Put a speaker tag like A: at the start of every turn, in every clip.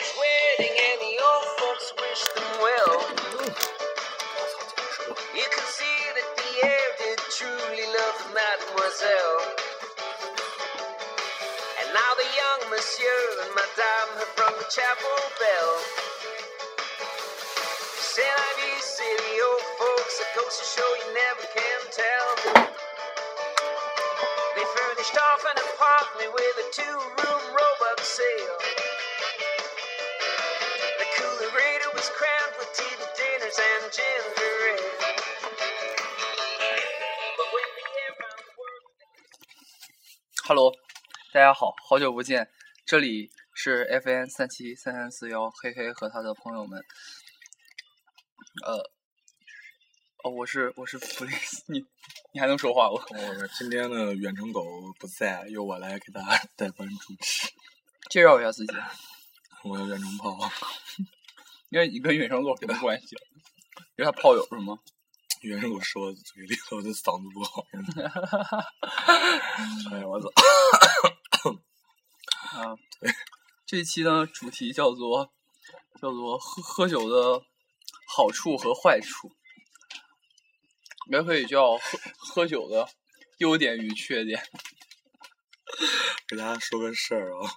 A: anything any old folks wish them well. You can see that the air did truly love the mademoiselle. And now the young monsieur and madame have rung the chapel bell. Said I be city old folks, it goes to show you never can tell. They furnished off an apartment with a two-room robot sale. The coolerator was crammed with tea, the dinners, and ginger ale. But when the air round world
B: Hello，大家好，好久不见，这里是 FN 三七三三四幺嘿嘿和他的朋友们，呃，哦，我是我是弗雷斯， 你你还能说话不？
C: 我今天的远程狗不在，由我来给大家代班主持。
B: 介绍一下自己，
C: 我有远程炮，
B: 因为你跟远程狗什么关系？因为他炮友是吗？
C: 远程狗说嘴里头的嗓子不好。哎呀，我操！
B: 啊，这一期呢主题叫做叫做喝喝酒的好处和坏处，也可以叫喝喝酒的优点与缺点。
C: 给大家说个事儿啊，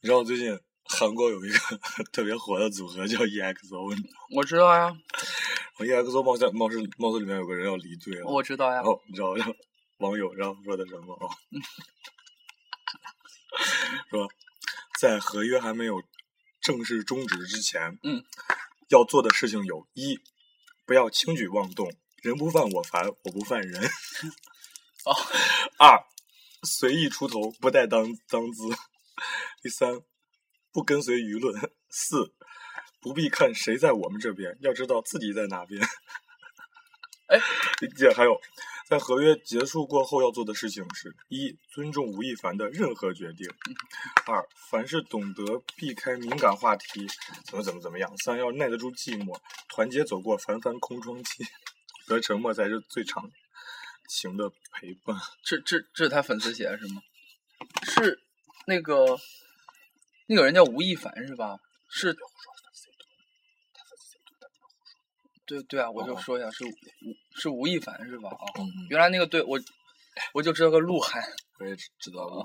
C: 你知道最近韩国有一个特别火的组合叫 E EXO，你知道
B: 我知道呀，
C: 吗 EXO 貌似貌似貌似里面有个人要离队了。
B: 我知道呀
C: 然，后哦你知道让网友让说的什么啊？ 说在合约还没有正式终止之前，
B: 嗯，
C: 要做的事情有：一，不要轻举妄动，人不犯我烦，我不犯人；
B: 哦，
C: 二，随意出头，不带当当资；第三，不跟随舆论；四，不必看谁在我们这边，要知道自己在哪边。
B: 哎，
C: 这还有，在合约结束过后要做的事情是：一、尊重吴亦凡的任何决定；二、凡事懂得避开敏感话题，怎么怎么怎么样；三、要耐得住寂寞，团结走过繁繁空窗期，和沉默才是最长情的陪伴。
B: 这这这是他粉丝写的是吗？是那个那个人叫吴亦凡是吧？是。对对啊，我就
C: 哦
B: 说一下，是吴是吴亦凡是吧？啊、
C: 嗯，
B: 原来那个对我我就知道个鹿晗，
C: 我也知知道了。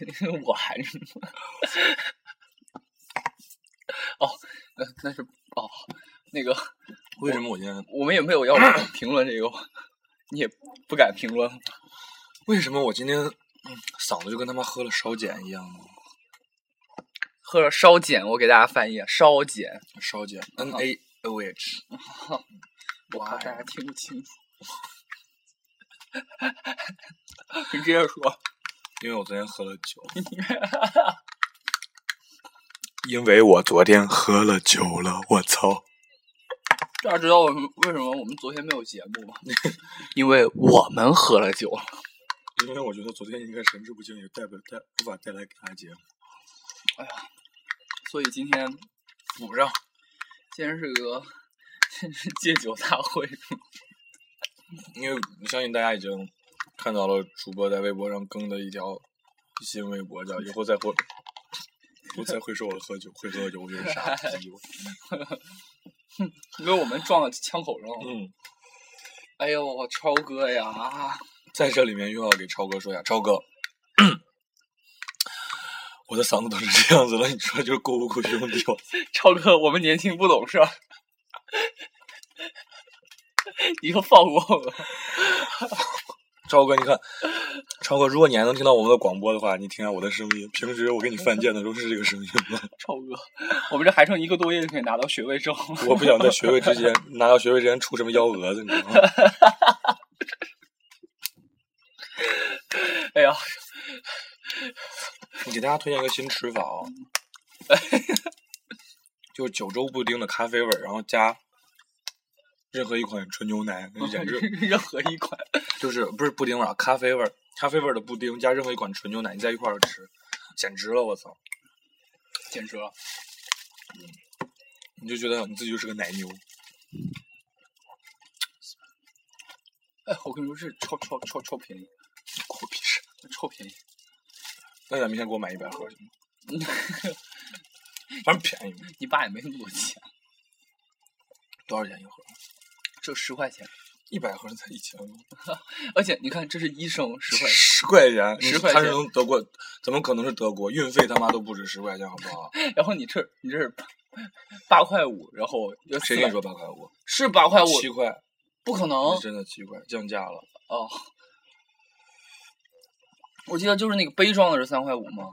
B: 我还是哦，那那是哦，那个
C: 为什么我今天？
B: 我们也没有要评论这个话，你也不敢评论。
C: 为什么我今天、嗯嗓子就跟他妈喝了烧碱一样呢？
B: 喝了烧碱，我给大家翻译烧碱。
C: 烧碱，N A O H。
B: 我怕
C: 哇
B: 大家听不清楚。 你接着说，
C: 因为我昨天喝了 酒，因为我昨天喝了酒了，我操！
B: 大家知道我们为什么我们昨天没有节目吗？ 因为我们喝了酒。
C: 因为我觉得昨天应该神志不清，也带不带无法带来给大家节目。
B: 所以今天补上，今天是个戒酒大会。
C: 因为我相信大家已经看到了主播在微博上更的一条新微博，叫“以后再会，不再会说我喝酒，会喝酒我就是 傻逼。
B: 因为我们撞到枪口上”了。
C: 嗯，
B: 哎呦，我超哥呀！
C: 在这里面又要给超哥说一下，超哥， 我的嗓子都是这样子了，你说就是够不够兄弟？我
B: 超哥，我们年轻不懂事儿， 你就放过我吧。
C: 超哥，你看，超哥，如果你还能听到我们的广播的话，你听下我的声音。平时我给你犯贱的时候是这个声音吗？
B: 超哥，我们这还剩一个多月就可以拿到学位证了。
C: 我不想在学位之前拿到学位之前出什么幺蛾子，你知道吗？
B: 哎呀，
C: 你给大家推荐一个新吃法啊、就是九州布丁的咖啡味儿，然后加任何一款纯牛奶，那就简 直
B: 任何一款，
C: 就是不是布丁味儿啊，咖啡味儿，咖啡味儿的布丁加任何一款纯牛奶，你在一块儿吃，简直了，我操！
B: 简直了！
C: 你就觉得你自己就是个奶牛。
B: 哎，我跟你说，这超超超超便宜，
C: 关我屁事！
B: 超便宜。
C: 那咱明天给我买一百盒行吗？反正便宜嘛，
B: 你爸也没那么多钱，
C: 多少钱一盒？
B: 就十块钱，
C: 一百盒才一千多，
B: 而且你看，这是医生十块，
C: 十块钱，
B: 10
C: 你
B: 块
C: 他是
B: 钱
C: 从德国，怎么可能是德国？运费他妈都不止十块钱，好不好？
B: 然后你这你这是八八块五，然后又
C: 谁跟你说八块五？
B: 是八块五？
C: 七块，
B: 不可能
C: 真的七块，降价了。
B: 哦！我记得就是那个杯装的是三块五吗？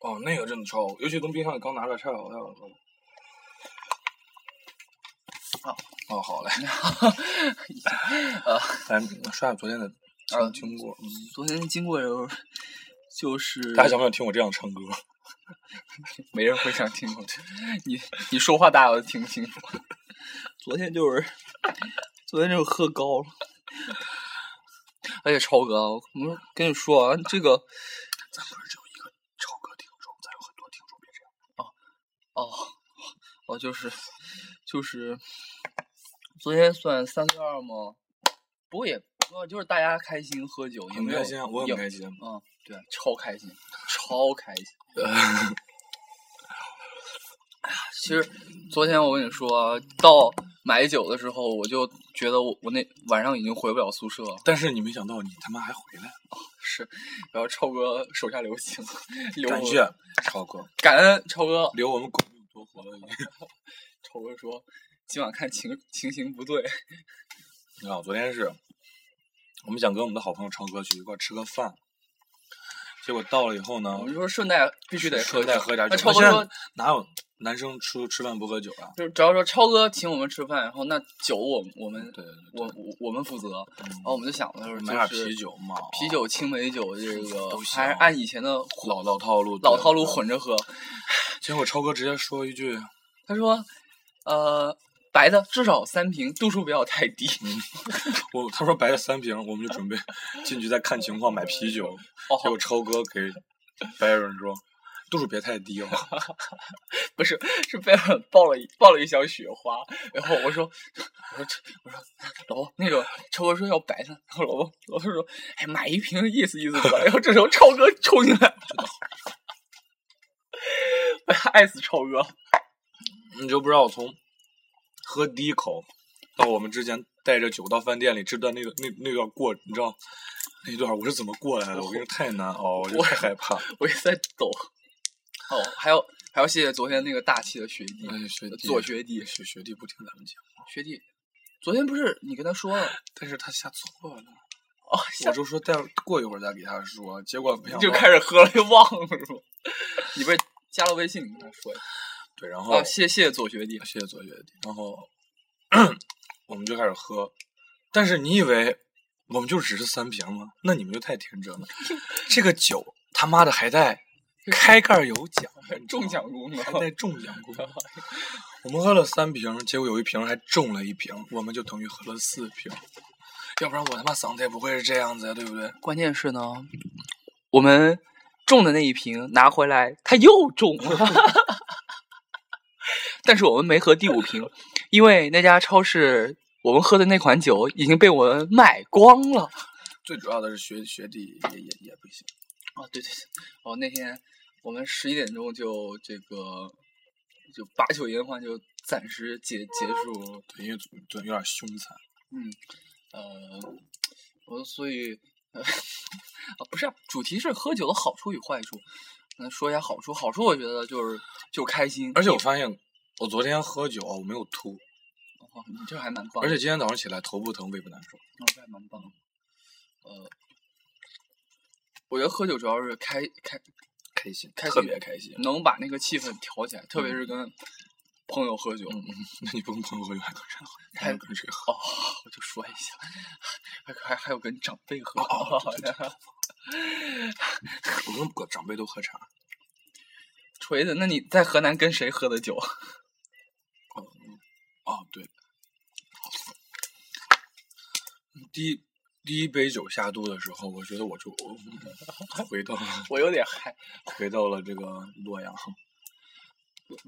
C: 哦，那个真的超好，尤其从冰箱里刚拿出来，太好太好喝了。
B: 好
C: 哦，好嘞，
B: 呃，
C: 咱哎刷下昨天的
B: 呃
C: 经经过。嗯
B: 昨天经过的时候，就是
C: 大家想不想听我这样唱歌？
B: 没人会想听 你你说话大家都听不清楚。昨天就是昨天就是喝高了，而且超哥，啊我跟你说啊，这个
C: 咱不是只有一个超哥听众，咱有很多听众，别这样。
B: 哦哦，就是就是昨天算三个二吗？不过也不过就是大家开心喝酒，也
C: 很
B: 没有
C: 开心啊，我
B: 也
C: 很开心。
B: 嗯，对，超开心，超开心。 哎其实昨天我跟你说，到买酒的时候，我就觉得我我那晚上已经回不了宿舍了。
C: 但是你没想到，你他妈还回来，
B: 是，然后超哥手下留情，留
C: 感
B: 我
C: 谢啊超哥，
B: 感恩超哥。
C: 留我们狗命多活了一年。
B: 超哥说，今晚看情情形不对，
C: 你看，昨天是我们想跟我们的好朋友超哥去一块儿吃个饭，结果到了以后呢
B: 我，们说顺带必须得喝
C: 啊顺带喝点
B: 那
C: 酒。
B: 超
C: 那
B: 哥
C: 现
B: 说
C: 在，哪有男生吃吃饭不喝酒啊？
B: 就只要说超哥请我们吃饭，然后那酒我我们
C: 对对对，
B: 我我我们负责，然后
C: 嗯
B: 我们就想的就是
C: 买点
B: 就是
C: 啤酒嘛，
B: 啤酒、青梅酒这个
C: 都行
B: 还是按以前的混
C: 老老套路，
B: 老
C: 对
B: 套路。混着喝。
C: 结果超哥直接说一句，
B: 他说，呃，白的至少三瓶，度数不要太低。
C: 我他说白了三瓶，我们就 准备进去再看情况买啤酒。
B: 哦，
C: 结果超哥给白人说，度数别太低哦。
B: 不是，是被人抱了一抱了一箱雪花。然后我说，我说这，我说老婆那个超哥说要白的，然后老婆老婆说，哎，买一瓶意思意思吧。然后这时候超哥冲进来，我 爱死超哥。
C: 你就不知道我从喝第一口到我们之前带着酒到饭店里这段那个那那段过，你知道那段我是怎么过来的？我跟你说太难熬，我就
B: 我
C: 太害怕。
B: 我也在抖。哦，还要还要谢谢昨天那个大气的学弟，
C: 哎，学弟，
B: 左学弟
C: 学学弟不听咱们节目，
B: 学弟，昨天不是你跟他说了
C: 但是他下错了，
B: 哦，
C: 我
B: 下
C: 就说待会儿过一会儿再给他说，结果没想到
B: 就开始喝了，又忘了是 吗？你不是加了微信，你跟他说一下。
C: 对，然后、
B: 哦，谢谢左学弟，
C: 谢谢左学弟，然 后我们就开始喝，但是你以为我们就只是三瓶吗？那你们就太天真了，这个酒他妈的还 带开盖儿有奖的，你知道
B: 中
C: 吗
B: 奖 功
C: 还
B: 能。
C: 带中奖过。我们喝了三瓶，结果有一瓶还中了一瓶，我们就等于喝了四瓶。要不然我他妈嗓子也不会是这样子啊呀，对不对？
B: 关键是呢，我们中的那一瓶拿回来，他又中了。 但是我们没喝第五瓶，因为那家超市我们喝的那款酒已经被我们卖光了。
C: 最主要的是学学弟也也也不行，
B: 哦，对对对，哦，那天我们十一点钟就这个就把酒言欢就暂时结结束，
C: 对，因为对有点凶残。
B: 嗯，呃，我所以呃啊不是啊、主题是喝酒的好处与坏处。那说一下好处，好处我觉得就是就开心，
C: 而且我发现，我昨天喝酒啊我没有吐，
B: 哦你这还蛮棒的，
C: 而且今天早上起来头不疼，胃不难受。
B: 哦这还蛮棒的。呃，我觉得喝酒主要是开开
C: 开心，
B: 开心
C: 特别开心。
B: 能把那个气氛调起来，特别是跟朋友喝酒，
C: 那你不跟朋友喝酒，还跟谁
B: 还
C: 喝？还能跟谁喝？
B: 哦，我就说一下，还还还有跟长辈喝，
C: 哦对我跟哥长辈都喝茶。
B: 锤子，那你在河南跟谁喝的酒？
C: 哦，对，第一第一杯酒下肚的时候，我觉得我就回到了
B: 我有点嗨，
C: 回到了这个洛阳。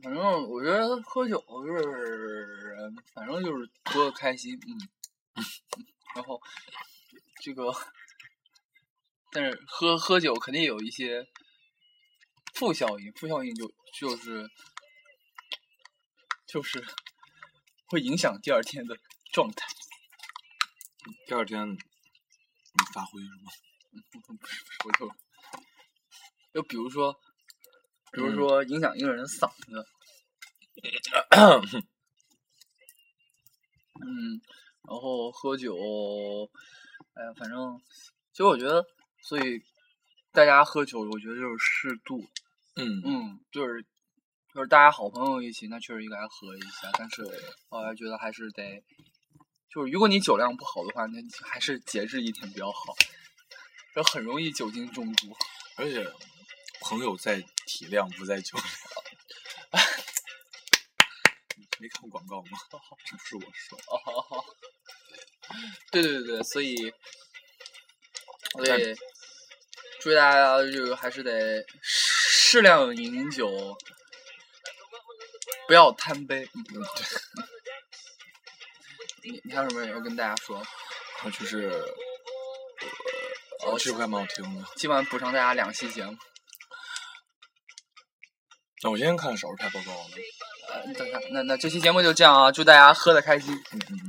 B: 反正我觉得喝酒就是，反正就是图个开心，嗯，然后这个，但是喝喝酒肯定有一些负效应，负效应就就是就是会影响第二天的状态。
C: 第二天你发挥什么？
B: 不是不是，我就就比如说，比如说影响一个人嗓子，嗯，然后喝酒，哎呀，反正其实我觉得，所以大家喝酒，我觉得就是适度，
C: 嗯，
B: 嗯，就是就是大家好朋友一起，那确实应该喝一下，但是我还觉得还是得，就是如果你酒量不好的话，那你还是节制一点比较好，这很容易酒精中毒。
C: 而且朋友在体谅，不在酒量。 没看过广告吗？这不是我说的。
B: 哦，对对对，所以，所
C: 但
B: 以祝大家这个还是得适量饮酒，不要贪杯。嗯嗯对。 你你还有什么要跟大家说？
C: 啊，就是，
B: 哦
C: 呃，这首歌还蛮好听的。
B: 今晚补偿大家两期节目。
C: 那我今天看少数派报告了。
B: 呃，等一下，那那这期节目就这样啊，祝大家喝的开心。
C: 嗯嗯。